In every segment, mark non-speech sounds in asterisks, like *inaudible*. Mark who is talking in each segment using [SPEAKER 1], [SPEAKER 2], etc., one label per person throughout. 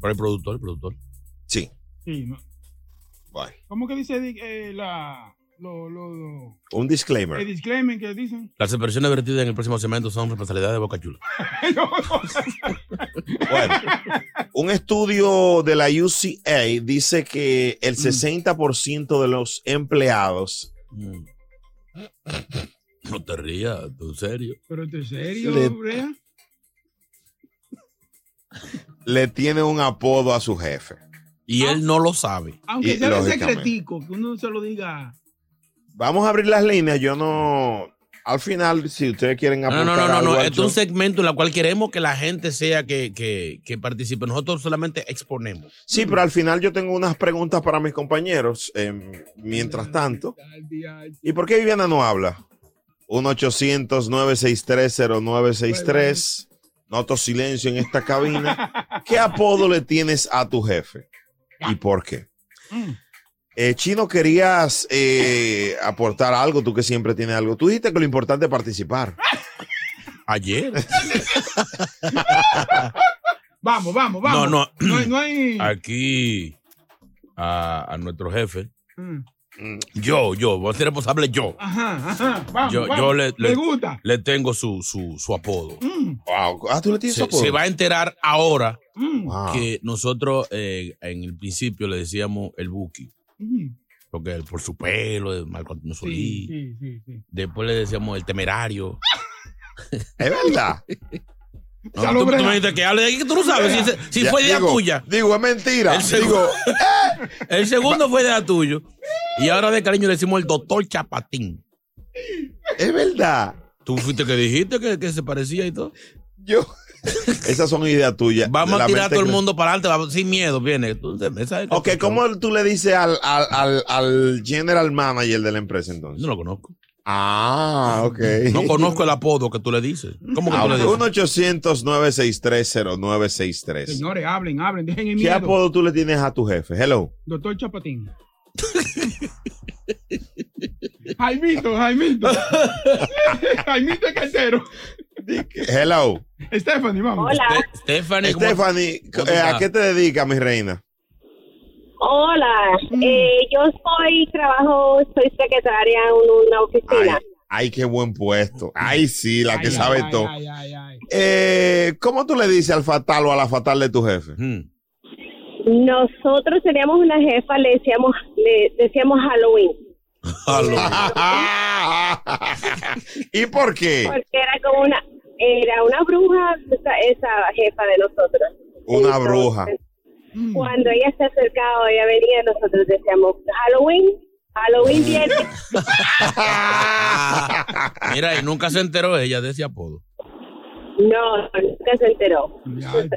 [SPEAKER 1] Por el productor, el productor.
[SPEAKER 2] sí,
[SPEAKER 3] Sí, no.
[SPEAKER 2] bueno,
[SPEAKER 3] ¿Cómo que dice eh, la, lo, lo, lo-
[SPEAKER 2] un
[SPEAKER 3] el
[SPEAKER 2] disclaimer.
[SPEAKER 3] disclaimer que dicen? *laughs*
[SPEAKER 1] Las expresiones vertidas en el próximo segmento son responsabilidad de Boca Chula.
[SPEAKER 2] Bueno, un estudio de la UCA dice que el 60% de los empleados
[SPEAKER 1] Mm. No te rías, tú en serio.
[SPEAKER 3] Pero en serio,
[SPEAKER 2] Le-
[SPEAKER 3] Brea?
[SPEAKER 2] le tienen un apodo a su jefe.
[SPEAKER 1] Y él no lo sabe.
[SPEAKER 3] Aunque
[SPEAKER 2] Y,
[SPEAKER 3] sea de
[SPEAKER 2] lógicamente.
[SPEAKER 3] secretico, que uno se lo diga.
[SPEAKER 2] Vamos a abrir las líneas, yo no... Al final, si ustedes quieren
[SPEAKER 1] No, no,
[SPEAKER 2] apuntar
[SPEAKER 1] no, no,
[SPEAKER 2] algo
[SPEAKER 1] no.
[SPEAKER 2] al
[SPEAKER 1] Este es un
[SPEAKER 2] show-
[SPEAKER 1] segmento en el cual queremos que la gente sea que, que, que participe. Nosotros solamente exponemos.
[SPEAKER 2] Sí, pero al final yo tengo unas preguntas para mis compañeros. em, mientras tanto, ¿y por qué Viviana no habla? 1-800-963-0963. Noto silencio en esta cabina. ¿Qué apodo le tienes a tu jefe? ¿Y por qué?
[SPEAKER 3] Mm.
[SPEAKER 2] Eh, Chino, querías eh, aportar algo, tú que siempre tienes algo. Tú dijiste que lo importante es participar.
[SPEAKER 1] *laughs* Ayer.
[SPEAKER 3] Vamos, vamos, vamos.
[SPEAKER 1] No, no.
[SPEAKER 3] No hay. no hay-
[SPEAKER 1] Aquí a, a nuestro jefe.
[SPEAKER 3] Mm.
[SPEAKER 1] Yo, yo, voy a ser responsable yo.
[SPEAKER 3] Ajá, ajá. Vamos,
[SPEAKER 1] Yo- yo
[SPEAKER 3] vamos.
[SPEAKER 1] le-
[SPEAKER 3] Me
[SPEAKER 1] le-
[SPEAKER 3] gusta.
[SPEAKER 1] Le tengo su, su, su apodo.
[SPEAKER 3] Mm,
[SPEAKER 2] Wow. Ah, tú le tienes
[SPEAKER 1] Se,
[SPEAKER 2] apodo? Ah,
[SPEAKER 1] se va a enterar ahora
[SPEAKER 3] mm,
[SPEAKER 2] Wow.
[SPEAKER 1] que nosotros eh, en el principio le decíamos el Buki,
[SPEAKER 3] mm.
[SPEAKER 1] porque él por su pelo, el Marco Antonio Solís.
[SPEAKER 3] Sí, sí, sí, sí.
[SPEAKER 1] Después le decíamos
[SPEAKER 2] *laughs*
[SPEAKER 1] el temerario.
[SPEAKER 2] Es
[SPEAKER 1] *laughs*
[SPEAKER 2] verdad.
[SPEAKER 1] No,
[SPEAKER 3] Salud,
[SPEAKER 1] tú, tú
[SPEAKER 3] Brea.
[SPEAKER 1] me dijiste que hable de aquí, que tú no sabes si, se- si fue idea
[SPEAKER 2] digo-
[SPEAKER 1] tuya.
[SPEAKER 2] Digo, es mentira.
[SPEAKER 1] El segu-
[SPEAKER 2] Digo, eh, *laughs*
[SPEAKER 1] El segundo fue idea tuyo. Y ahora de cariño le decimos el doctor Chapatín.
[SPEAKER 2] es verdad.
[SPEAKER 1] Tú fuiste que dijiste que, que se parecía y todo. *laughs*
[SPEAKER 2] Yo. Esas son ideas tuyas.
[SPEAKER 1] Vamos
[SPEAKER 2] De
[SPEAKER 1] a
[SPEAKER 2] la
[SPEAKER 1] tirar a
[SPEAKER 2] mente
[SPEAKER 1] todo el
[SPEAKER 2] que-
[SPEAKER 1] mundo para adelante, vamos, sin miedo, viene. Tú, esa es-
[SPEAKER 2] Ok, ¿cómo tú le dices al, al, al, al general manager de la empresa entonces?
[SPEAKER 1] No lo conozco.
[SPEAKER 2] Ah, ok.
[SPEAKER 1] No conozco el apodo que tú le dices. ¿Cómo que tú le dices?
[SPEAKER 2] 1 800 963
[SPEAKER 3] Señores, hablen, hablen, dejen el
[SPEAKER 2] ¿Qué
[SPEAKER 3] miedo.
[SPEAKER 2] apodo tú le tienes a tu jefe? Hello.
[SPEAKER 3] Doctor Chapatín.
[SPEAKER 2] *laughs*
[SPEAKER 3] Jaimito,
[SPEAKER 2] *laughs*
[SPEAKER 3] Jaimito. *laughs* Jaimito es cartero.
[SPEAKER 2] Hello.
[SPEAKER 3] Stephanie, vamos.
[SPEAKER 4] Hola,
[SPEAKER 1] Ste- Stephanie, ¿cómo-
[SPEAKER 2] Stephanie,
[SPEAKER 1] ¿Cómo
[SPEAKER 2] eh, ¿a
[SPEAKER 1] estás?
[SPEAKER 2] qué te dedicas, mi reina?
[SPEAKER 4] hola.
[SPEAKER 3] Mm.
[SPEAKER 4] Eh, yo soy, trabajo, soy secretaria en una
[SPEAKER 2] Ay,
[SPEAKER 4] oficina.
[SPEAKER 2] ay, qué buen puesto. Ay, sí, la que
[SPEAKER 3] Ay,
[SPEAKER 2] sabe
[SPEAKER 3] ay,
[SPEAKER 2] todo.
[SPEAKER 3] ay, ay, ay.
[SPEAKER 2] Eh, ¿Cómo tú le dices al fatal o a la fatal de tu jefe?
[SPEAKER 1] Hmm.
[SPEAKER 4] Nosotros teníamos una jefa, le decíamos, le decíamos Halloween,
[SPEAKER 2] *laughs* ¿Y por qué?
[SPEAKER 4] porque era como una, era una bruja esa, esa jefa de nosotros.
[SPEAKER 2] Una
[SPEAKER 4] Entonces,
[SPEAKER 2] bruja.
[SPEAKER 3] Mm.
[SPEAKER 4] Cuando ella se acercaba, ella venía, nosotros decíamos Halloween,
[SPEAKER 2] *laughs*
[SPEAKER 4] Halloween viene.
[SPEAKER 1] Mira, y nunca se enteró ella de ese apodo.
[SPEAKER 4] No, nunca se enteró.
[SPEAKER 3] Ya, sí.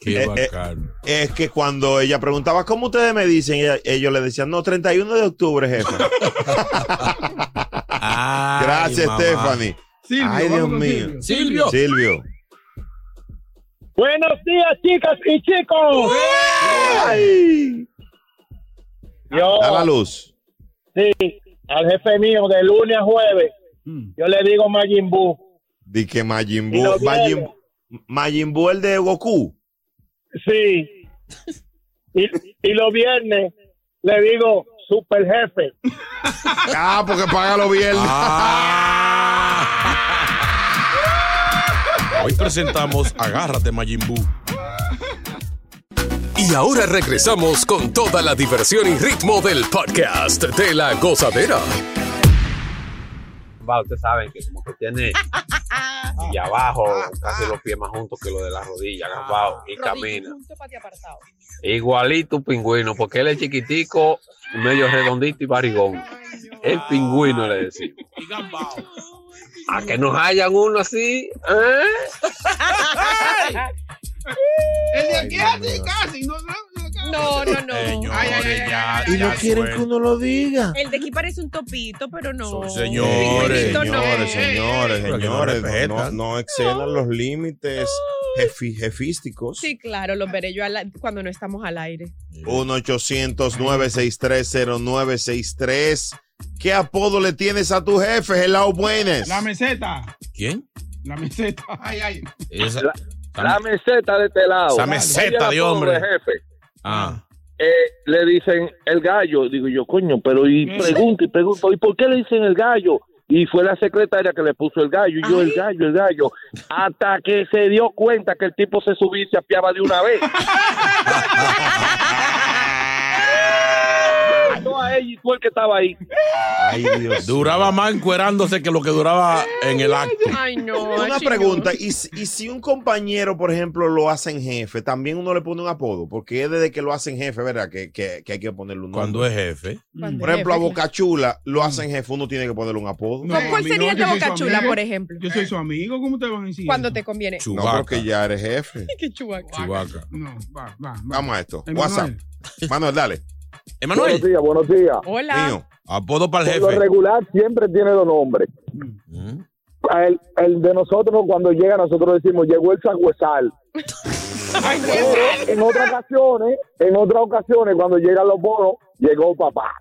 [SPEAKER 1] Qué
[SPEAKER 2] Eh, eh.
[SPEAKER 1] bacano.
[SPEAKER 2] Es que cuando ella preguntaba, ¿cómo ustedes me dicen? Ella- ellos le decían, no, 31 de octubre, jefe.
[SPEAKER 1] *laughs* Ay,
[SPEAKER 2] Gracias,
[SPEAKER 1] mamá.
[SPEAKER 2] Stephanie.
[SPEAKER 3] Silvio,
[SPEAKER 2] Ay,
[SPEAKER 3] vamos
[SPEAKER 2] Dios
[SPEAKER 3] con
[SPEAKER 2] mío.
[SPEAKER 3] Silvio.
[SPEAKER 1] Silvio.
[SPEAKER 2] Silvio.
[SPEAKER 5] Buenos días, chicas y chicos. Yo,
[SPEAKER 2] Da la luz.
[SPEAKER 5] sí, al jefe mío, de lunes a jueves,
[SPEAKER 3] Mm.
[SPEAKER 5] yo le digo Majin Buu.
[SPEAKER 2] Di que Majin
[SPEAKER 5] Y
[SPEAKER 2] Buu.
[SPEAKER 5] lo
[SPEAKER 2] Majin,
[SPEAKER 5] vieron.
[SPEAKER 2] Majin Buu, el de Goku.
[SPEAKER 5] Sí. Y, y los viernes le digo super jefe.
[SPEAKER 2] Ah, porque paga los viernes.
[SPEAKER 1] Ah. Hoy presentamos Agárrate, Majin Buu.
[SPEAKER 6] Y ahora regresamos con toda la diversión y ritmo del podcast de la gozadera.
[SPEAKER 7] va, ustedes saben que como que *laughs* tiene y abajo casi los pies más juntos que los de la Ah, rodilla, agachado, y camina. Igualito un pingüino, porque él es chiquitico, medio redondito y barrigón. El pingüino le decimos. A que nos hayan uno así, ¿eh?
[SPEAKER 3] El de
[SPEAKER 7] Ay,
[SPEAKER 3] aquí
[SPEAKER 7] Dios
[SPEAKER 3] así,
[SPEAKER 7] mío.
[SPEAKER 3] casi. No, no, no,
[SPEAKER 1] Señores, ya.
[SPEAKER 2] Y no
[SPEAKER 1] ya
[SPEAKER 2] quieren
[SPEAKER 1] fue.
[SPEAKER 2] que uno lo diga.
[SPEAKER 8] El de aquí parece un topito, pero no.
[SPEAKER 2] Señores,
[SPEAKER 8] Rinconito, no.
[SPEAKER 2] señores, señores,
[SPEAKER 1] Pero que no
[SPEAKER 2] señores, eh, no, no,
[SPEAKER 1] respetan.
[SPEAKER 2] no excedan los límites jefi- jefísticos.
[SPEAKER 8] Sí, claro, los veré yo al- cuando no estamos al aire.
[SPEAKER 2] 1-800-963-0963. ¿Qué apodo le tienes a tu jefe, Hello Buenas?
[SPEAKER 3] La meseta.
[SPEAKER 1] ¿Quién?
[SPEAKER 3] La meseta. Ay, ay.
[SPEAKER 1] Esa,
[SPEAKER 5] La meseta de este lado.
[SPEAKER 1] esa meseta de
[SPEAKER 5] Oye, apodo
[SPEAKER 1] hombre.
[SPEAKER 5] de jefe.
[SPEAKER 1] Ah.
[SPEAKER 5] Eh, le dicen el gallo. Digo yo, coño, pero y pregunto y pregunto, ¿y por qué le dicen el gallo? Y fue la secretaria que le puso el gallo, y yo el gallo, el gallo, hasta que se dio cuenta que el tipo se subía y se apiaba de una vez. Todo a ella y tú el que estaba ahí.
[SPEAKER 2] Ay, Dios.
[SPEAKER 1] Duraba más encuerándose que lo que duraba en el acto.
[SPEAKER 8] Ay, no.
[SPEAKER 2] *laughs* Una
[SPEAKER 8] chico.
[SPEAKER 2] pregunta, ¿y, si- y si un compañero, por ejemplo, lo hacen jefe, también uno le pone un apodo? Porque es desde que lo hacen jefe, ¿verdad? Que, que- que hay que ponerle un
[SPEAKER 1] Cuando
[SPEAKER 2] nombre.
[SPEAKER 1] es jefe.
[SPEAKER 8] Cuando
[SPEAKER 2] Por ejemplo, a
[SPEAKER 8] jefe, Mm.
[SPEAKER 2] Bocachula lo hacen jefe, uno tiene que ponerle un apodo.
[SPEAKER 3] No,
[SPEAKER 8] ¿Cuál
[SPEAKER 3] mi
[SPEAKER 8] sería el de
[SPEAKER 3] novio, yo soy
[SPEAKER 8] Boca
[SPEAKER 3] su
[SPEAKER 8] Chula,
[SPEAKER 3] amigo.
[SPEAKER 8] por ejemplo?
[SPEAKER 3] Yo soy su amigo, ¿cómo te van a decir?
[SPEAKER 8] Cuando
[SPEAKER 3] eso?
[SPEAKER 8] te conviene.
[SPEAKER 2] No,
[SPEAKER 1] Chubaca.
[SPEAKER 2] porque ya eres
[SPEAKER 8] *laughs*
[SPEAKER 2] jefe.
[SPEAKER 8] Qué chubaca.
[SPEAKER 1] Chubaca.
[SPEAKER 3] No, va, va, va.
[SPEAKER 2] Vamos a esto.
[SPEAKER 3] Emanuel.
[SPEAKER 2] WhatsApp. Manuel, dale.
[SPEAKER 5] Buenos
[SPEAKER 1] Emanuel,
[SPEAKER 5] días, buenos días.
[SPEAKER 8] Hola.
[SPEAKER 2] Mío.
[SPEAKER 1] apodo para
[SPEAKER 5] Por
[SPEAKER 1] el
[SPEAKER 5] lo
[SPEAKER 1] jefe.
[SPEAKER 5] regular siempre tiene dos nombres.
[SPEAKER 1] Mm.
[SPEAKER 5] A El, el de nosotros cuando llega nosotros decimos llegó el sagüesal.
[SPEAKER 8] *laughs* Ay, qué mal.
[SPEAKER 5] Pero en otras ocasiones, en otras ocasiones cuando llegan los bonos, llegó papá.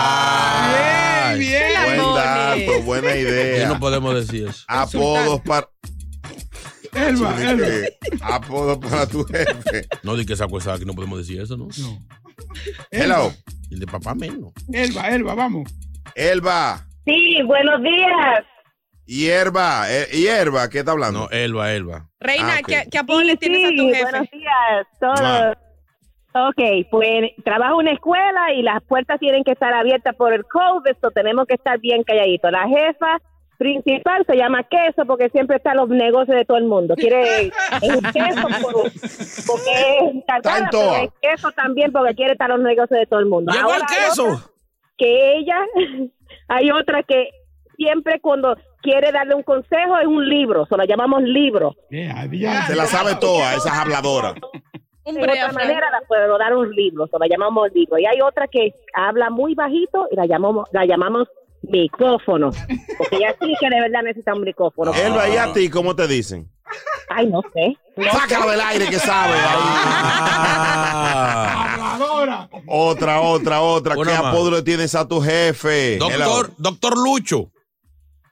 [SPEAKER 2] Ah,
[SPEAKER 8] Bien, bien.
[SPEAKER 2] Buen
[SPEAKER 8] Lamones.
[SPEAKER 2] dato, buena
[SPEAKER 1] Ya
[SPEAKER 2] idea.
[SPEAKER 1] no podemos decir eso.
[SPEAKER 2] Apodos para.
[SPEAKER 3] Elba, Elba.
[SPEAKER 2] este. Apodos para tu jefe.
[SPEAKER 1] No di que esa cosa aquí no podemos decir eso, ¿no?
[SPEAKER 3] No.
[SPEAKER 2] Hello.
[SPEAKER 1] Y el de papá menos.
[SPEAKER 3] Elba, Elba, vamos.
[SPEAKER 2] Elba.
[SPEAKER 4] Sí, buenos días.
[SPEAKER 2] Hierba. eh, Hierba, ¿qué está hablando?
[SPEAKER 1] No, Elba, Elba.
[SPEAKER 8] Reina,
[SPEAKER 2] Ah, ok.
[SPEAKER 8] ¿qué, qué apodo le tienes a tu
[SPEAKER 4] Sí,
[SPEAKER 8] jefe?
[SPEAKER 4] buenos días, todos.
[SPEAKER 2] Ma.
[SPEAKER 4] Ok, pues trabajo en una escuela y las puertas tienen que estar abiertas por el COVID, so tenemos que estar bien calladitos. La jefa principal se llama queso porque siempre está en los negocios de todo el mundo.
[SPEAKER 8] *laughs*
[SPEAKER 4] Quiere el queso por- porque es encargada,
[SPEAKER 2] Tanto.
[SPEAKER 4] pero el queso también porque quiere estar en los negocios de todo el mundo.
[SPEAKER 9] ¡Llegó el
[SPEAKER 4] Ahora hay otra
[SPEAKER 9] queso!
[SPEAKER 4] Que ella, *laughs* hay otra que siempre cuando quiere darle un consejo es un libro, se lo llamamos libro.
[SPEAKER 3] Bien, adiós.
[SPEAKER 2] Se la sabe toda, esas habladoras.
[SPEAKER 4] De
[SPEAKER 8] Hombre,
[SPEAKER 4] otra
[SPEAKER 8] Afra.
[SPEAKER 4] manera la puedo dar un libro, o sea, la llamamos libro. Y hay otra que habla muy bajito y la llamamos, la llamamos micrófono. Porque ella sí que de verdad necesita
[SPEAKER 2] *laughs*
[SPEAKER 4] un micrófono.
[SPEAKER 2] Elba, ¿y a ti cómo te dicen?
[SPEAKER 4] Ay, no sé.
[SPEAKER 2] Sácalo del aire que sabe.
[SPEAKER 1] Ah.
[SPEAKER 3] Habladora.
[SPEAKER 2] Otra, otra, otra.
[SPEAKER 1] Una
[SPEAKER 2] ¿Qué
[SPEAKER 1] más.
[SPEAKER 2] apodo le tienes a tu jefe?
[SPEAKER 1] doctor, doctor Lucho.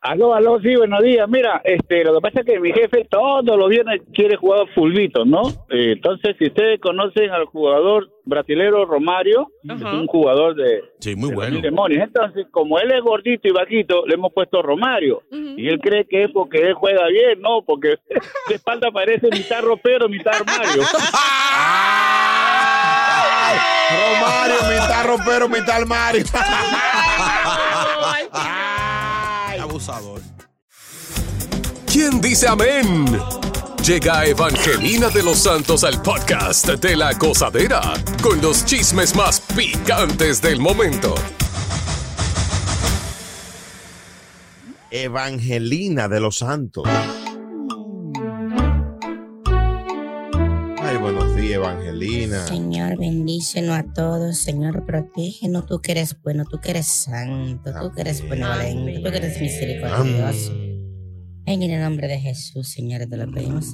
[SPEAKER 5] Aló, aló, sí, buenos días. Mira, este, lo que pasa es que mi jefe todos los viernes quiere jugar fulbito, ¿no? Eh, entonces, si ustedes conocen al jugador brasilero Romario, es
[SPEAKER 8] Ajá.
[SPEAKER 5] un jugador de,
[SPEAKER 1] Sí, muy
[SPEAKER 5] de los
[SPEAKER 1] bueno.
[SPEAKER 5] Mil demonios. Entonces, como él es gordito y vaquito, le hemos puesto Romario. Y él cree que es porque él juega bien, ¿no? Porque *laughs* de espalda parece mitad ropero, mitad armario.
[SPEAKER 2] Romario, mitad ropero, mitad armario.
[SPEAKER 8] Ay,
[SPEAKER 1] Abusador.
[SPEAKER 6] ¿Quién dice amén? Llega Evangelina de los Santos al podcast de la gozadera con los chismes más picantes del momento.
[SPEAKER 2] Evangelina de los Santos. Ay, buenos días, Evangelina.
[SPEAKER 10] Señor, bendícenos a todos. Señor, protégenos. Tú que eres bueno, tú que eres santo, tú que eres benevolente, tú que eres misericordioso. En el nombre de Jesús, Señor, te lo pedimos.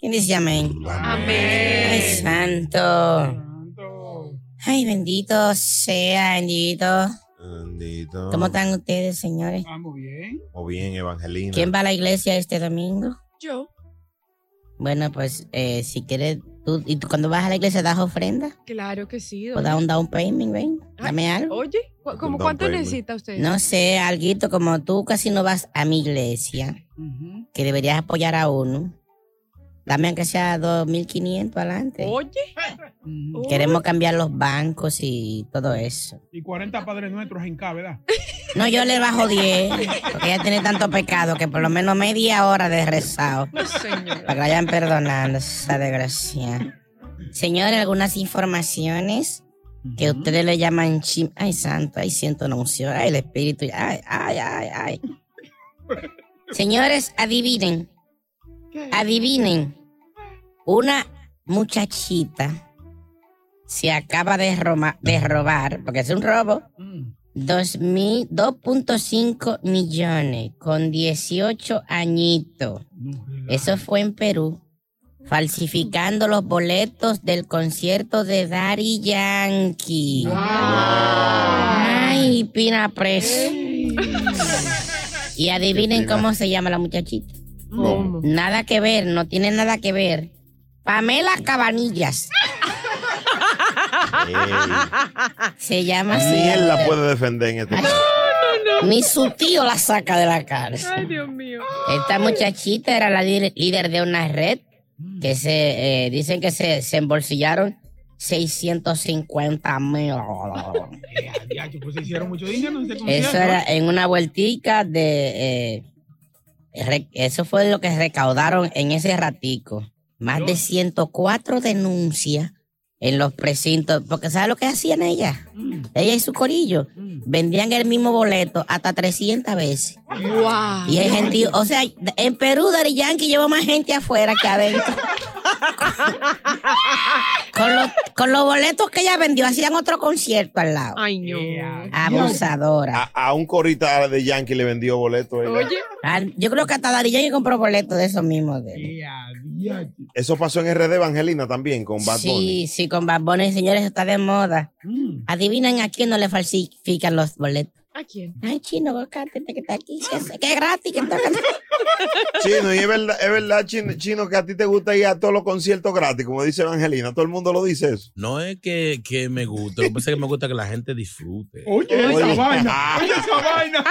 [SPEAKER 10] ¿Quién dice amén? Ay,
[SPEAKER 8] Amén.
[SPEAKER 10] santo. Ay, bendito sea, bendito.
[SPEAKER 2] Bendito.
[SPEAKER 10] ¿Cómo están ustedes, señores?
[SPEAKER 3] Vamos bien.
[SPEAKER 2] O bien, Evangelina.
[SPEAKER 10] *laughs* ¿Quién va a la iglesia este domingo?
[SPEAKER 8] Yo.
[SPEAKER 10] Bueno, pues eh, si quieres, tú, y tú cuando vas a la iglesia das ofrenda
[SPEAKER 8] Claro que sí.
[SPEAKER 10] o
[SPEAKER 8] don-
[SPEAKER 10] das un down payment, ven, dame algo.
[SPEAKER 8] Oye, ¿cu- como
[SPEAKER 2] Un down
[SPEAKER 8] cuánto
[SPEAKER 2] payment.
[SPEAKER 8] necesita usted?
[SPEAKER 10] No sé, alguito, como tú casi no vas a mi iglesia,
[SPEAKER 3] Ujú.
[SPEAKER 10] que deberías apoyar a uno, dame aunque sea 2.500 adelante.
[SPEAKER 8] Oye. Uy.
[SPEAKER 10] Queremos cambiar los bancos y todo eso.
[SPEAKER 3] Y 40 padres nuestros en K, ¿verdad?
[SPEAKER 10] No, yo le bajo 10, porque ella tiene tanto pecado que por lo menos media hora de rezado,
[SPEAKER 8] No, señor.
[SPEAKER 10] para que vayan perdonando esa desgracia. Señores, algunas informaciones que ustedes le llaman chim... Ay, santo, ay, siento una unción, ay, el espíritu, ay, ay, ay, ay. Señores, adivinen, adivinen. Una muchachita se acaba de, roma- de robar, porque es un robo, dos mil- 2.5 millones con 18 añitos.
[SPEAKER 3] Mm.
[SPEAKER 10] Eso fue en Perú, falsificando los boletos del concierto de Daddy Yankee. ¡Ay, Pina Press! Y adivinen cómo se llama la muchachita. Nada que ver, no tiene nada que ver. Pamela Cabanillas. Ah, Se llama así.
[SPEAKER 2] Ni él la puede defender en este caso.
[SPEAKER 10] Ni su tío la saca de la cárcel.
[SPEAKER 11] Ay, Dios mío.
[SPEAKER 10] Esta muchachita era la li- líder de una red que se eh, dicen que se, se embolsillaron 650 mil.
[SPEAKER 3] Ya, pues hicieron mucho dinero en ese
[SPEAKER 10] Eso
[SPEAKER 3] concierto.
[SPEAKER 10] era en una vueltica de... eh, re- eso fue lo que recaudaron en ese ratico. Más de 104 denuncias en los precintos. Porque ¿sabes lo que hacían ellas?
[SPEAKER 3] Mm,
[SPEAKER 10] Ella y su corillo
[SPEAKER 11] Mm.
[SPEAKER 10] vendían el mismo boleto hasta 300 veces. Y hay gente, o sea, en Perú Dari Yankee llevó más gente afuera
[SPEAKER 11] *laughs*
[SPEAKER 10] que adentro. con, los, con los boletos que ella vendió, hacían otro concierto al lado.
[SPEAKER 11] Ay, no.
[SPEAKER 10] Abusadora.
[SPEAKER 2] A, a un corita de Yankee le vendió boleto. ella.
[SPEAKER 10] Ah, Yo creo que hasta Dari Yankee compró boletos de esos mismos. de él.
[SPEAKER 2] Eso pasó en RD Evangelina también con Bad
[SPEAKER 10] Sí,
[SPEAKER 2] Bunny.
[SPEAKER 10] sí, con Bad Bunny, señores, está de moda.
[SPEAKER 2] Mm.
[SPEAKER 10] Adivinen a quién no le falsifican los boletos.
[SPEAKER 11] ¿A quién?
[SPEAKER 10] Ay, chino, cántete que está aquí. Que que es gratis, que
[SPEAKER 2] *laughs*
[SPEAKER 10] toca.
[SPEAKER 2] Chino, y es verdad, es verdad, Chin- chino, que a ti te gusta ir a todos los conciertos gratis, como dice Evangelina. Todo el mundo lo dice eso.
[SPEAKER 9] No es que, que me guste, lo que pasa es que me gusta que la gente disfrute.
[SPEAKER 3] Oye, esa
[SPEAKER 2] Oye.
[SPEAKER 3] *laughs* vaina. Oye, esa vaina.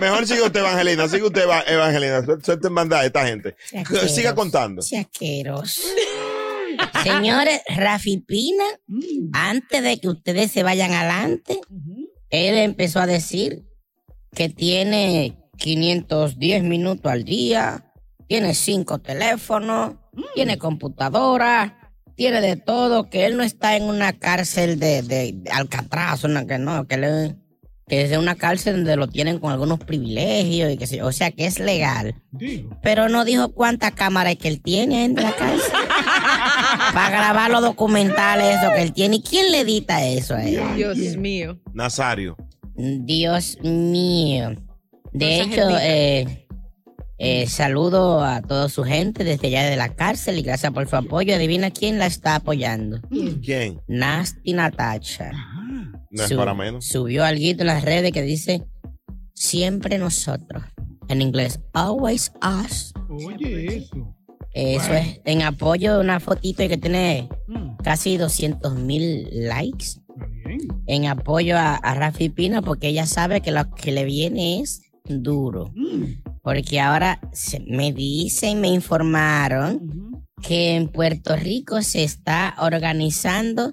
[SPEAKER 2] Mejor sigue usted, Evangelina. Sigue usted, Eva- Evangelina. Suel- Suelten mandar a esta gente.
[SPEAKER 10] Chaqueros.
[SPEAKER 2] Siga contando.
[SPEAKER 10] Chaqueros. Señores, Rafi Pina,
[SPEAKER 3] Mm,
[SPEAKER 10] antes de que ustedes se vayan adelante, él empezó a decir que tiene 510 minutos al día, tiene cinco teléfonos, tiene computadora, tiene de todo, que él no está en una cárcel de, de- de Alcatraz, una que no, que, le- que es de una cárcel donde lo tienen con algunos privilegios, y que se- o sea que es legal. Pero no dijo cuántas cámaras que él tiene en la
[SPEAKER 2] *laughs*
[SPEAKER 10] cárcel. Para grabar los documentales, eso que él tiene. ¿Y quién le edita eso a él?
[SPEAKER 11] Dios mío.
[SPEAKER 2] Nazario.
[SPEAKER 10] Dios mío. De
[SPEAKER 11] Esa
[SPEAKER 10] hecho,
[SPEAKER 11] gentita.
[SPEAKER 10] eh, eh, saludo a toda su gente desde allá de la cárcel y gracias por su apoyo. Adivina quién la está apoyando.
[SPEAKER 2] ¿Quién?
[SPEAKER 10] Nasty Natacha.
[SPEAKER 3] ah,
[SPEAKER 2] No es
[SPEAKER 10] Su-
[SPEAKER 2] para menos.
[SPEAKER 10] Subió algo en las redes que dice, siempre nosotros. En inglés, always us.
[SPEAKER 3] Oye, eso.
[SPEAKER 10] Eso es en apoyo de una fotito que tiene
[SPEAKER 3] Mm,
[SPEAKER 10] casi 200 mil likes. En apoyo a, a Rafi Pina porque ella sabe que lo que le viene es duro.
[SPEAKER 3] Mm,
[SPEAKER 10] Porque ahora se- me dicen, me informaron que en Puerto Rico se está organizando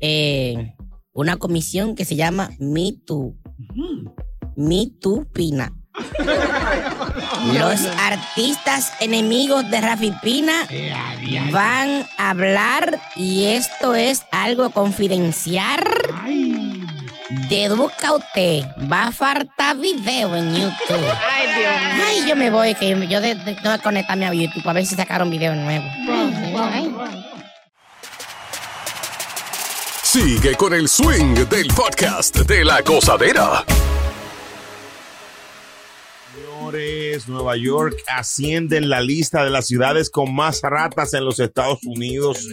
[SPEAKER 10] eh, una comisión que se llama Me Too. Me Too Pina. Los artistas enemigos de Rafi Pina van a hablar y esto es algo confidencial. Deduzca usted, va a faltar video en YouTube.
[SPEAKER 11] *laughs* Ay, Dios mío.
[SPEAKER 10] Ay, yo me voy, que yo de, de- tengo que conectarme a YouTube a ver si sacaron video nuevo.
[SPEAKER 6] Sigue con el swing del podcast de la gozadera.
[SPEAKER 2] Señores, Nueva York asciende en la lista de las ciudades con más ratas en los Estados Unidos.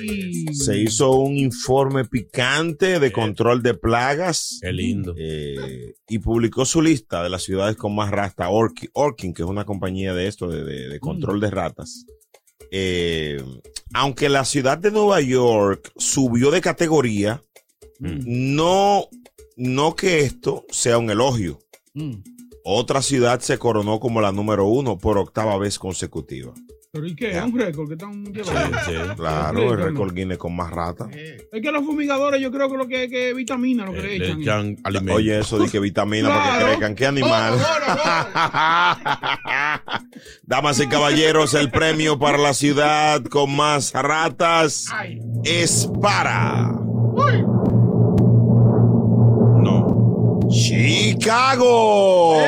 [SPEAKER 2] Se hizo un informe picante de control de plagas. Qué
[SPEAKER 9] lindo.
[SPEAKER 2] Eh, y publicó su lista de las ciudades con más ratas. Orkin, Orkin, que es una compañía de esto, de, de- de control de ratas. Eh, aunque la ciudad de Nueva York subió de categoría, no, no que esto sea un elogio. Otra ciudad se coronó como la número uno por octava vez consecutiva.
[SPEAKER 3] Pero ¿y qué? Es un récord que están *laughs* llevando.
[SPEAKER 2] Claro, el récord Guinness con más ratas.
[SPEAKER 3] Eh, Es que los fumigadores yo creo que lo que, que es vitamina, lo que
[SPEAKER 1] Eh,
[SPEAKER 3] le echan. *laughs*
[SPEAKER 2] Oye, eso de que vitamina para que
[SPEAKER 3] Claro.
[SPEAKER 2] crezcan, qué animal.
[SPEAKER 3] *laughs*
[SPEAKER 2] *laughs* Damas y caballeros, el premio para la ciudad con más ratas es para. No. ¡Chicago!
[SPEAKER 9] Wow, no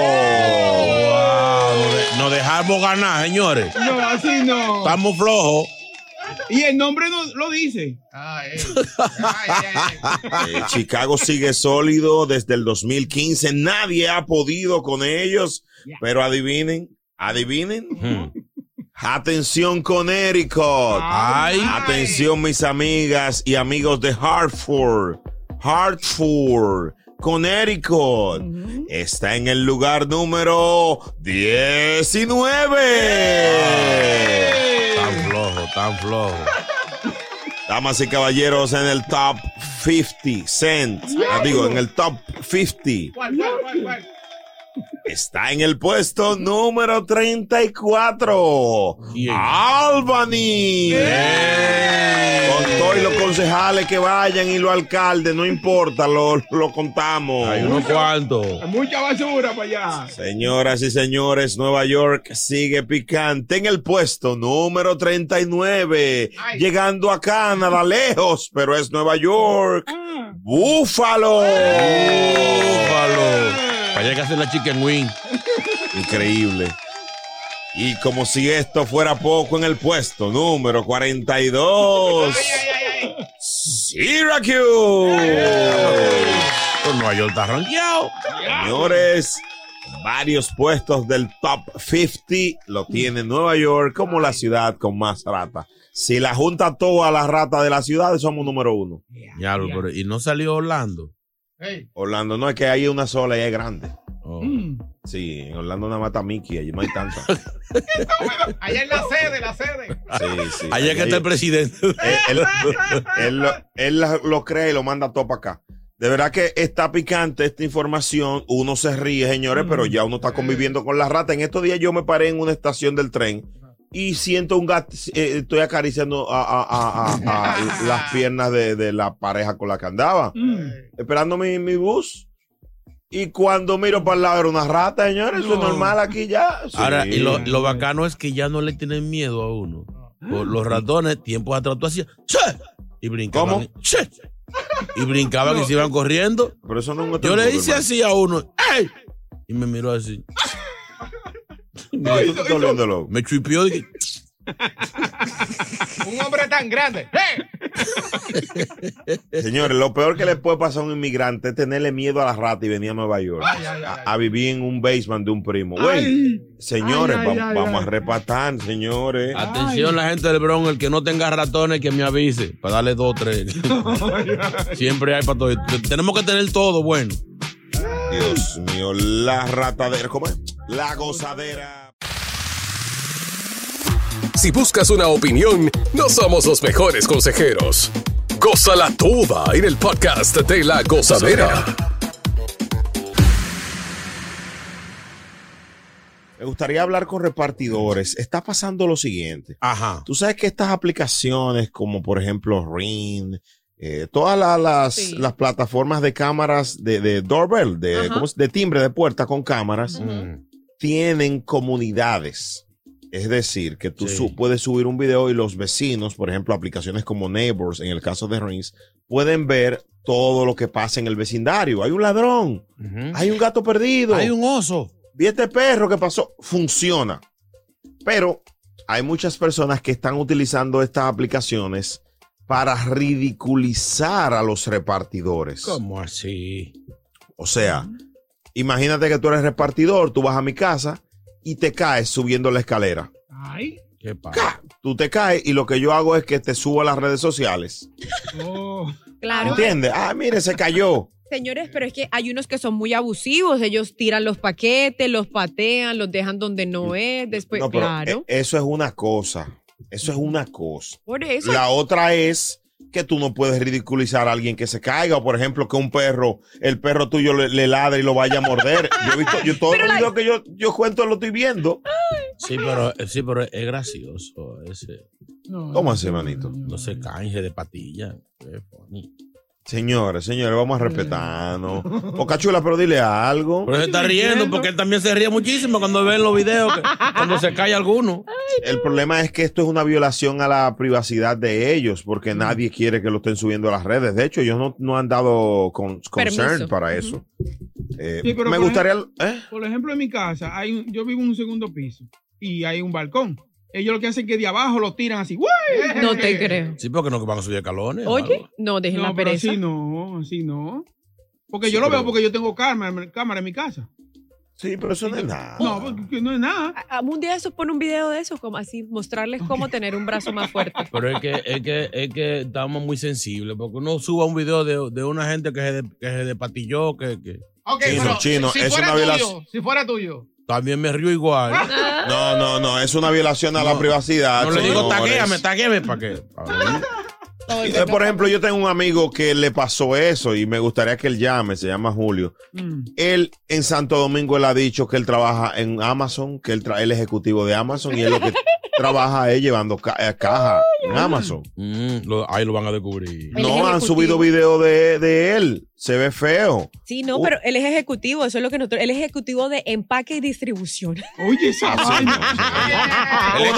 [SPEAKER 9] de- nos dejamos ganar, señores.
[SPEAKER 3] No, así no.
[SPEAKER 9] Estamos flojos.
[SPEAKER 3] Y el nombre no lo dice.
[SPEAKER 2] Eh, Chicago sigue sólido desde el 2015. Nadie ha podido con ellos. Pero adivinen, adivinen. Atención Connecticut. Atención mis amigas y amigos de Hartford. Hartford. Connecticut está en el lugar número 19. Tan flojo, tan flojo. Damas y caballeros, en el top 50 cent. ah, digo, en el top 50.
[SPEAKER 3] ¿Cuál, cuál, cuál, cuál?
[SPEAKER 2] Está en el puesto número 34. Albany. Con todos los concejales que vayan y los alcaldes, no importa, lo, lo contamos.
[SPEAKER 1] Hay unos cuantos.
[SPEAKER 3] Mucha basura para allá.
[SPEAKER 2] Señoras y señores, Nueva York sigue picante en el puesto número 39, llegando a Canadá lejos, pero es Nueva York. Búfalo. Búfalo.
[SPEAKER 1] Para allá que hace la chicken wing.
[SPEAKER 2] Increíble. Y como si esto fuera poco en el puesto número 42, Syracuse.
[SPEAKER 1] Pues Nueva York está ranqueado.
[SPEAKER 2] Señores, varios puestos del top 50 lo tiene Nueva York como la ciudad con más ratas. Si la junta todas las ratas de la ciudad, somos número uno.
[SPEAKER 1] Ya, pero- y no salió Orlando.
[SPEAKER 2] Orlando no es que hay una sola y es grande.
[SPEAKER 1] Oh.
[SPEAKER 3] Mm.
[SPEAKER 2] Sí, en Orlando nada mata Mickey, allí no hay
[SPEAKER 1] *laughs*
[SPEAKER 2] tanta.
[SPEAKER 11] Allá en la sede, la sede.
[SPEAKER 2] Sí, sí.
[SPEAKER 1] Allá que está el presidente.
[SPEAKER 2] Él, él- él lo, él la- lo cree y lo manda todo para acá. De verdad que está picante esta información. Uno se ríe, señores, pero ya uno está conviviendo con la rata. En estos días yo me paré en una estación del tren y siento un gato. eh, estoy acariciando a, a- a- a- a las piernas de, de la pareja con la que andaba,
[SPEAKER 3] Mm.
[SPEAKER 2] esperando mi, mi bus. Y cuando miro para el lado era una rata, señores. Eso es normal aquí ya. Sí.
[SPEAKER 1] Ahora, y lo, lo bacano es que ya no le tienen miedo a uno. Por Los ratones, tiempos atrás, tú hacías ¡Che! y brincaban. ¡Che! Y brincaban y se iban corriendo.
[SPEAKER 2] Pero eso no es un
[SPEAKER 1] Yo le
[SPEAKER 2] estornudo,
[SPEAKER 1] hice
[SPEAKER 2] hermano.
[SPEAKER 1] así a uno. ¡Ey! Y me miró así.
[SPEAKER 2] Tú te estás oliéndolo.
[SPEAKER 1] Me chupió. dije,
[SPEAKER 11] Un hombre tan grande. ¡Eh!
[SPEAKER 2] Señores, lo peor que le puede pasar a un inmigrante es tenerle miedo a la rata y venir a Nueva York a, a vivir en un basement de un primo. Güey, señores,
[SPEAKER 3] Ay, ay,
[SPEAKER 2] vam-
[SPEAKER 3] ay,
[SPEAKER 2] vamos
[SPEAKER 3] ay.
[SPEAKER 2] a repatar, señores.
[SPEAKER 1] Atención, la gente del Bronx, el que no tenga ratones, que me avise. Para darle dos o tres. *laughs* Siempre hay para todo. Tenemos que tener todo bueno.
[SPEAKER 2] Dios mío, la ratadera, ¿cómo es? La gozadera.
[SPEAKER 6] Si buscas una opinión, no somos los mejores consejeros. Goza la tuba en el podcast de la gozadera.
[SPEAKER 2] Me gustaría hablar con repartidores. Está pasando lo siguiente.
[SPEAKER 1] Ajá.
[SPEAKER 2] Tú sabes que estas aplicaciones, como por ejemplo Ring, eh, todas la- las,
[SPEAKER 11] Sí.
[SPEAKER 2] las plataformas de cámaras de, de doorbell, de,
[SPEAKER 11] Ajá.
[SPEAKER 2] ¿cómo es? de timbre de puerta con cámaras,
[SPEAKER 1] Mm.
[SPEAKER 2] tienen comunidades. Es decir, que tú
[SPEAKER 1] Sí.
[SPEAKER 2] su- puedes subir un video y los vecinos, por ejemplo, aplicaciones como Neighbors, en el caso de Rings, pueden ver todo lo que pasa en el vecindario. Hay un ladrón, hay un gato perdido.
[SPEAKER 1] Hay un oso.
[SPEAKER 2] Vi este perro que pasó. Funciona. Pero hay muchas personas que están utilizando estas aplicaciones para ridiculizar a los repartidores.
[SPEAKER 1] ¿Cómo así?
[SPEAKER 2] O sea, imagínate que tú eres repartidor, tú vas a mi casa y te caes subiendo la escalera.
[SPEAKER 3] Ay.
[SPEAKER 1] ¿Qué pasa?
[SPEAKER 2] Tú te caes y lo que yo hago es que te subo a las redes sociales.
[SPEAKER 3] Oh.
[SPEAKER 8] Claro.
[SPEAKER 2] ¿Entiendes? Ah, mire, se cayó.
[SPEAKER 8] Señores, pero es que hay unos que son muy abusivos. Ellos tiran los paquetes, los patean, los dejan donde no es. Después,
[SPEAKER 2] No, pero
[SPEAKER 8] Pues claro.
[SPEAKER 2] eh, eso es una cosa. Eso es una cosa.
[SPEAKER 8] por eso.
[SPEAKER 2] La otra es que tú no puedes ridiculizar a alguien que se caiga, o por ejemplo, que un perro, el perro tuyo le, le ladre y lo vaya a morder. Yo he visto, yo todo
[SPEAKER 8] Pero
[SPEAKER 2] lo
[SPEAKER 8] la-
[SPEAKER 2] que yo, yo cuento lo estoy viendo.
[SPEAKER 1] Sí, pero, eh, sí, pero es gracioso ese.
[SPEAKER 3] No,
[SPEAKER 2] ¿Cómo así, manito?
[SPEAKER 1] No se canje de patilla. Qué funny.
[SPEAKER 2] Señores, señores, vamos a respetarnos.
[SPEAKER 8] *laughs*
[SPEAKER 2] Poca chula, pero dile algo.
[SPEAKER 1] Pero se está riendo porque él también se ríe muchísimo cuando ve en los videos, que- cuando se cae alguno.
[SPEAKER 2] El problema es que esto es una violación a la privacidad de ellos, porque nadie quiere que lo estén subiendo a las redes. De hecho, ellos no, no han dado con, concern
[SPEAKER 8] Permiso.
[SPEAKER 2] para eso. Eh,
[SPEAKER 3] Sí, pero
[SPEAKER 2] me
[SPEAKER 3] por
[SPEAKER 2] gustaría. ¿eh?
[SPEAKER 3] Por ejemplo, en mi casa, hay un- yo vivo en un segundo piso y hay un balcón. ellos lo que hacen es que de abajo lo tiran así. ¡Uy!
[SPEAKER 8] No te creo.
[SPEAKER 1] Sí, porque no que van a subir escalones.
[SPEAKER 8] Oye, no, dejen
[SPEAKER 3] No,
[SPEAKER 8] la
[SPEAKER 3] pero
[SPEAKER 8] pereza.
[SPEAKER 3] así no, así no. Porque
[SPEAKER 1] Sí,
[SPEAKER 3] yo lo
[SPEAKER 1] pero-
[SPEAKER 3] veo porque yo tengo cámara, cámara en mi casa.
[SPEAKER 2] Sí, pero eso no es nada.
[SPEAKER 3] No, porque no es nada.
[SPEAKER 8] A- a- Un día de esos pon un video de eso, como así, mostrarles cómo tener un brazo más fuerte.
[SPEAKER 1] Pero es que, es que, es que estamos muy sensibles, porque uno suba un video de, de una gente que se, de- que se despatilló, que, que
[SPEAKER 11] Ok,
[SPEAKER 1] Chino,
[SPEAKER 11] pero
[SPEAKER 1] chino,
[SPEAKER 11] si
[SPEAKER 1] es
[SPEAKER 11] fuera
[SPEAKER 1] una
[SPEAKER 11] tuyo,
[SPEAKER 1] violación.
[SPEAKER 11] si fuera tuyo.
[SPEAKER 1] también me río igual.
[SPEAKER 2] No, no, no, es una violación a la privacidad.
[SPEAKER 1] No le digo
[SPEAKER 2] Ah, señores.
[SPEAKER 1] taguéame, taguéame, ¿para qué?
[SPEAKER 2] Y, eh, Por ejemplo, yo tengo un amigo que le pasó eso y me gustaría que él llame, se llama Julio. Él en Santo Domingo él ha dicho que él trabaja en Amazon, que él tra- él es ejecutivo de Amazon y él lo que trabaja es llevando ca- eh, caja en Amazon.
[SPEAKER 1] Mm, lo- ahí lo van a descubrir.
[SPEAKER 8] El
[SPEAKER 2] No han
[SPEAKER 8] ejecutivo.
[SPEAKER 2] subido video de, de él, se ve feo.
[SPEAKER 8] Sí, no, pero él es ejecutivo, eso es lo que nosotros. Él es ejecutivo de empaque y distribución. *laughs*
[SPEAKER 3] Oye,
[SPEAKER 1] Ah,
[SPEAKER 3] esa
[SPEAKER 2] El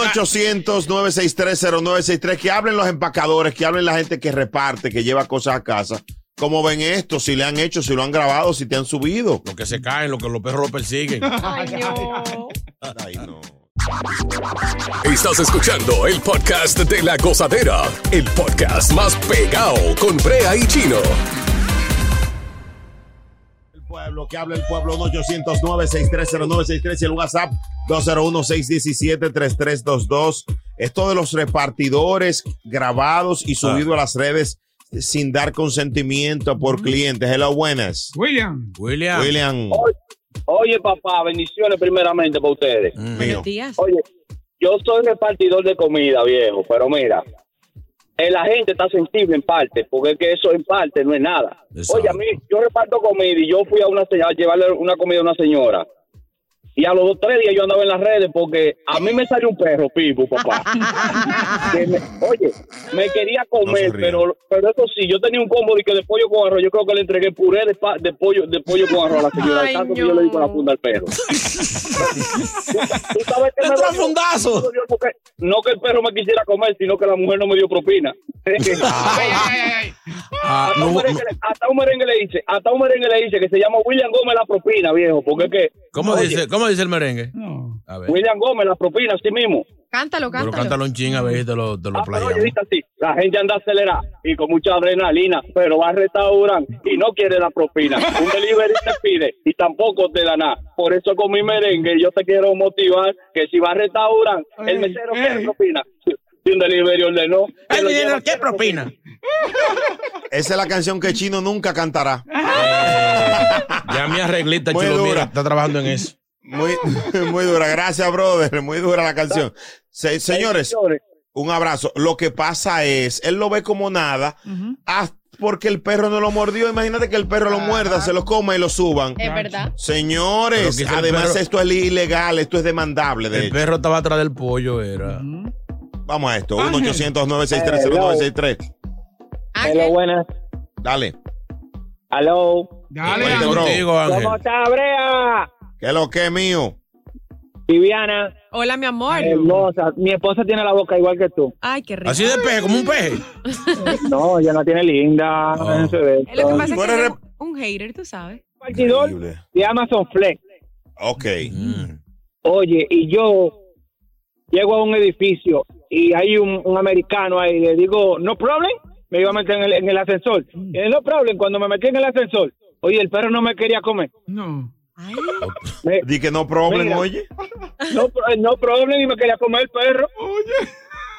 [SPEAKER 2] 1-800-963-0963. Que hablen los empacadores, que hablen la gente que reparte, que lleva cosas a casa. ¿Cómo ven esto? Si le han hecho, si lo han grabado, si te han subido.
[SPEAKER 1] Los que se caen, los que los perros lo persiguen.
[SPEAKER 6] Estás escuchando el podcast de la gozadera, el podcast más pegado con Brea y Chino.
[SPEAKER 2] pueblo, que habla el pueblo 1-800-963-0963 y el WhatsApp 201-617-3322. Esto de los repartidores grabados y subido a las redes sin dar consentimiento por clientes. Hello, buenas.
[SPEAKER 3] William.
[SPEAKER 1] William.
[SPEAKER 2] William.
[SPEAKER 12] Oye, papá, bendiciones primeramente para ustedes.
[SPEAKER 2] Mío.
[SPEAKER 12] Oye, yo soy repartidor de comida, viejo, pero mira, eh, la gente está sensible en parte, porque es que eso en parte no es nada. Oye, a mí, yo reparto comida y yo fui a una señora, a llevarle una comida a una señora. Y a los dos, tres días yo andaba en las redes porque a mí me salió un perro, Pipo, papá. Que me- oye, me quería comer, pero, pero eso sí, yo tenía un combo de que de pollo con arroz, yo creo que le entregué puré de, pa- de pollo de pollo con arroz a la señora.
[SPEAKER 11] Ay,
[SPEAKER 12] tanto que
[SPEAKER 11] no.
[SPEAKER 12] yo le di con la funda al perro. ¿Tú sabes qué me dolió? Me dolió porque- No que el perro me quisiera comer, sino que la mujer no me dio propina.
[SPEAKER 1] Ah,
[SPEAKER 12] *laughs* hasta, un merengue, le- hasta un merengue le dice, hasta un merengue le dice que se llama William Gómez la propina, viejo, porque es que
[SPEAKER 1] ¿Cómo,
[SPEAKER 12] Oye.
[SPEAKER 1] dice, ¿Cómo dice el merengue?
[SPEAKER 12] William Gómez la propina así mismo.
[SPEAKER 8] Cántalo,
[SPEAKER 1] Pero
[SPEAKER 8] cántalo.
[SPEAKER 1] cántalo un ching a ver si te lo,
[SPEAKER 12] Ah,
[SPEAKER 1] te lo playamos.
[SPEAKER 12] Oye, dice así, la gente anda acelerada y con mucha adrenalina, pero va al restaurante y no quiere la propina. Un delivery te pide y tampoco te da nada. Por eso con mi merengue yo te quiero motivar que si vas al restaurante, el mesero quiere propina. Si un delivery ordenó... que lo lleva-
[SPEAKER 1] ¿Qué propina?
[SPEAKER 2] Esa es la canción que Chino nunca cantará.
[SPEAKER 1] Ya mi arreglista,
[SPEAKER 2] Muy
[SPEAKER 1] chulo, mira,
[SPEAKER 2] dura.
[SPEAKER 1] está trabajando en eso.
[SPEAKER 2] Muy, *laughs* muy dura, gracias, brother. Muy dura la canción. Se- señores, un abrazo. Lo que pasa es, él lo ve como nada, ah, porque el perro no lo mordió. Imagínate que el perro lo muerda, se lo coma y lo suban.
[SPEAKER 8] Es verdad.
[SPEAKER 1] Pero
[SPEAKER 2] Señores,
[SPEAKER 1] quizá el
[SPEAKER 2] además
[SPEAKER 1] perro-
[SPEAKER 2] esto es ilegal, esto es demandable. De
[SPEAKER 1] El
[SPEAKER 2] hecho.
[SPEAKER 1] perro estaba atrás del pollo, era.
[SPEAKER 2] Vamos a esto, 1-800-963-0963.
[SPEAKER 12] Hello, buenas.
[SPEAKER 2] Dale.
[SPEAKER 12] Hello.
[SPEAKER 2] Cuente, bro.
[SPEAKER 12] ¿Cómo está, Brea?
[SPEAKER 2] ¿Qué es lo que es mío?
[SPEAKER 12] Viviana.
[SPEAKER 8] Hola, mi amor.
[SPEAKER 12] Hermosa. Mi esposa tiene la boca igual que
[SPEAKER 8] *laughs*
[SPEAKER 12] tú.
[SPEAKER 8] Ay, qué rico.
[SPEAKER 1] peje, como un peje.
[SPEAKER 12] No, ella no tiene linda. No se ve.
[SPEAKER 8] Lo que pasa es
[SPEAKER 12] Tú
[SPEAKER 8] que
[SPEAKER 12] eres
[SPEAKER 8] eres un hater, tú sabes.
[SPEAKER 12] repartidor de Amazon Flex.
[SPEAKER 2] Ok.
[SPEAKER 1] Mm.
[SPEAKER 12] Oye, y yo llego a un edificio y hay un, un americano ahí, le digo, no problem, me iba a meter en el, en el ascensor. Y él, no problem, cuando me metí en el ascensor, oye, el perro no me quería comer.
[SPEAKER 3] No.
[SPEAKER 2] *laughs*
[SPEAKER 12] Me-
[SPEAKER 2] Di que no problem,
[SPEAKER 12] Mira.
[SPEAKER 2] oye.
[SPEAKER 12] No, pro- no problem, y me quería comer el perro.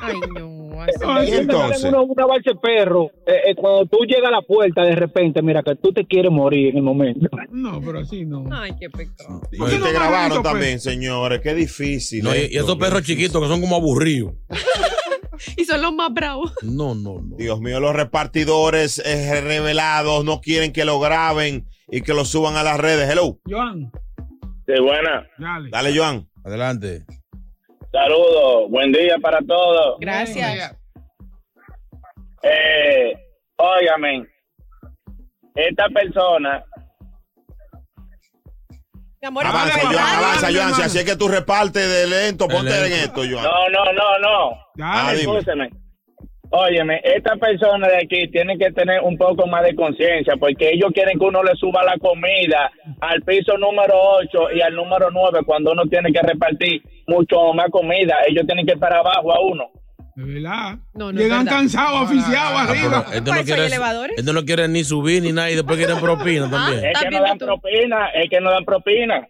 [SPEAKER 8] Ay, no.
[SPEAKER 3] *laughs*
[SPEAKER 12] Entonces, uno- uno va a ese perro, eh, eh, cuando tú llegas a la puerta de repente, mira que tú te quieres morir en el momento.
[SPEAKER 3] No, pero así no.
[SPEAKER 8] Ay, qué pecado.
[SPEAKER 2] Y
[SPEAKER 1] qué no
[SPEAKER 2] te
[SPEAKER 1] me
[SPEAKER 2] grabaron
[SPEAKER 1] hizo, pues?
[SPEAKER 2] también, señores. Qué difícil. eh.
[SPEAKER 1] No, y,
[SPEAKER 2] esto,
[SPEAKER 1] y esos perros chiquitos que son como aburridos.
[SPEAKER 8] Y son los más bravos.
[SPEAKER 1] No, no, no.
[SPEAKER 2] Dios mío, los repartidores eh, revelados no quieren que lo graben y que lo suban a las redes. Hello.
[SPEAKER 3] Joan.
[SPEAKER 13] Sí, buena.
[SPEAKER 3] Dale.
[SPEAKER 2] Dale, Joan.
[SPEAKER 1] Adelante.
[SPEAKER 13] Saludos. Buen día para todos.
[SPEAKER 8] Gracias.
[SPEAKER 13] Eh, óigame, esta persona,
[SPEAKER 8] Mi amor,
[SPEAKER 2] Avanza, Joan, avanza, Joan. Si así es que tú repartes de lento, ponte en esto, Joan.
[SPEAKER 13] no, no, no, no.
[SPEAKER 2] Dale. Ah, dime.
[SPEAKER 13] Escúchame. Óyeme, esta persona de aquí tiene que tener un poco más de conciencia porque ellos quieren que uno le suba la comida al piso número 8 y al número 9 cuando uno tiene que repartir
[SPEAKER 5] mucho más comida. Ellos tienen que ir para abajo a uno.
[SPEAKER 3] ¿Verdad?
[SPEAKER 14] no
[SPEAKER 3] Llegan
[SPEAKER 14] es verdad.
[SPEAKER 3] cansados, oficiados
[SPEAKER 1] Ah,
[SPEAKER 3] arriba.
[SPEAKER 1] pero Este no, quiere, este no quiere ni subir ni nada y después quieren propina también.
[SPEAKER 12] Eh.
[SPEAKER 5] Es que no dan propina, es que no dan propina.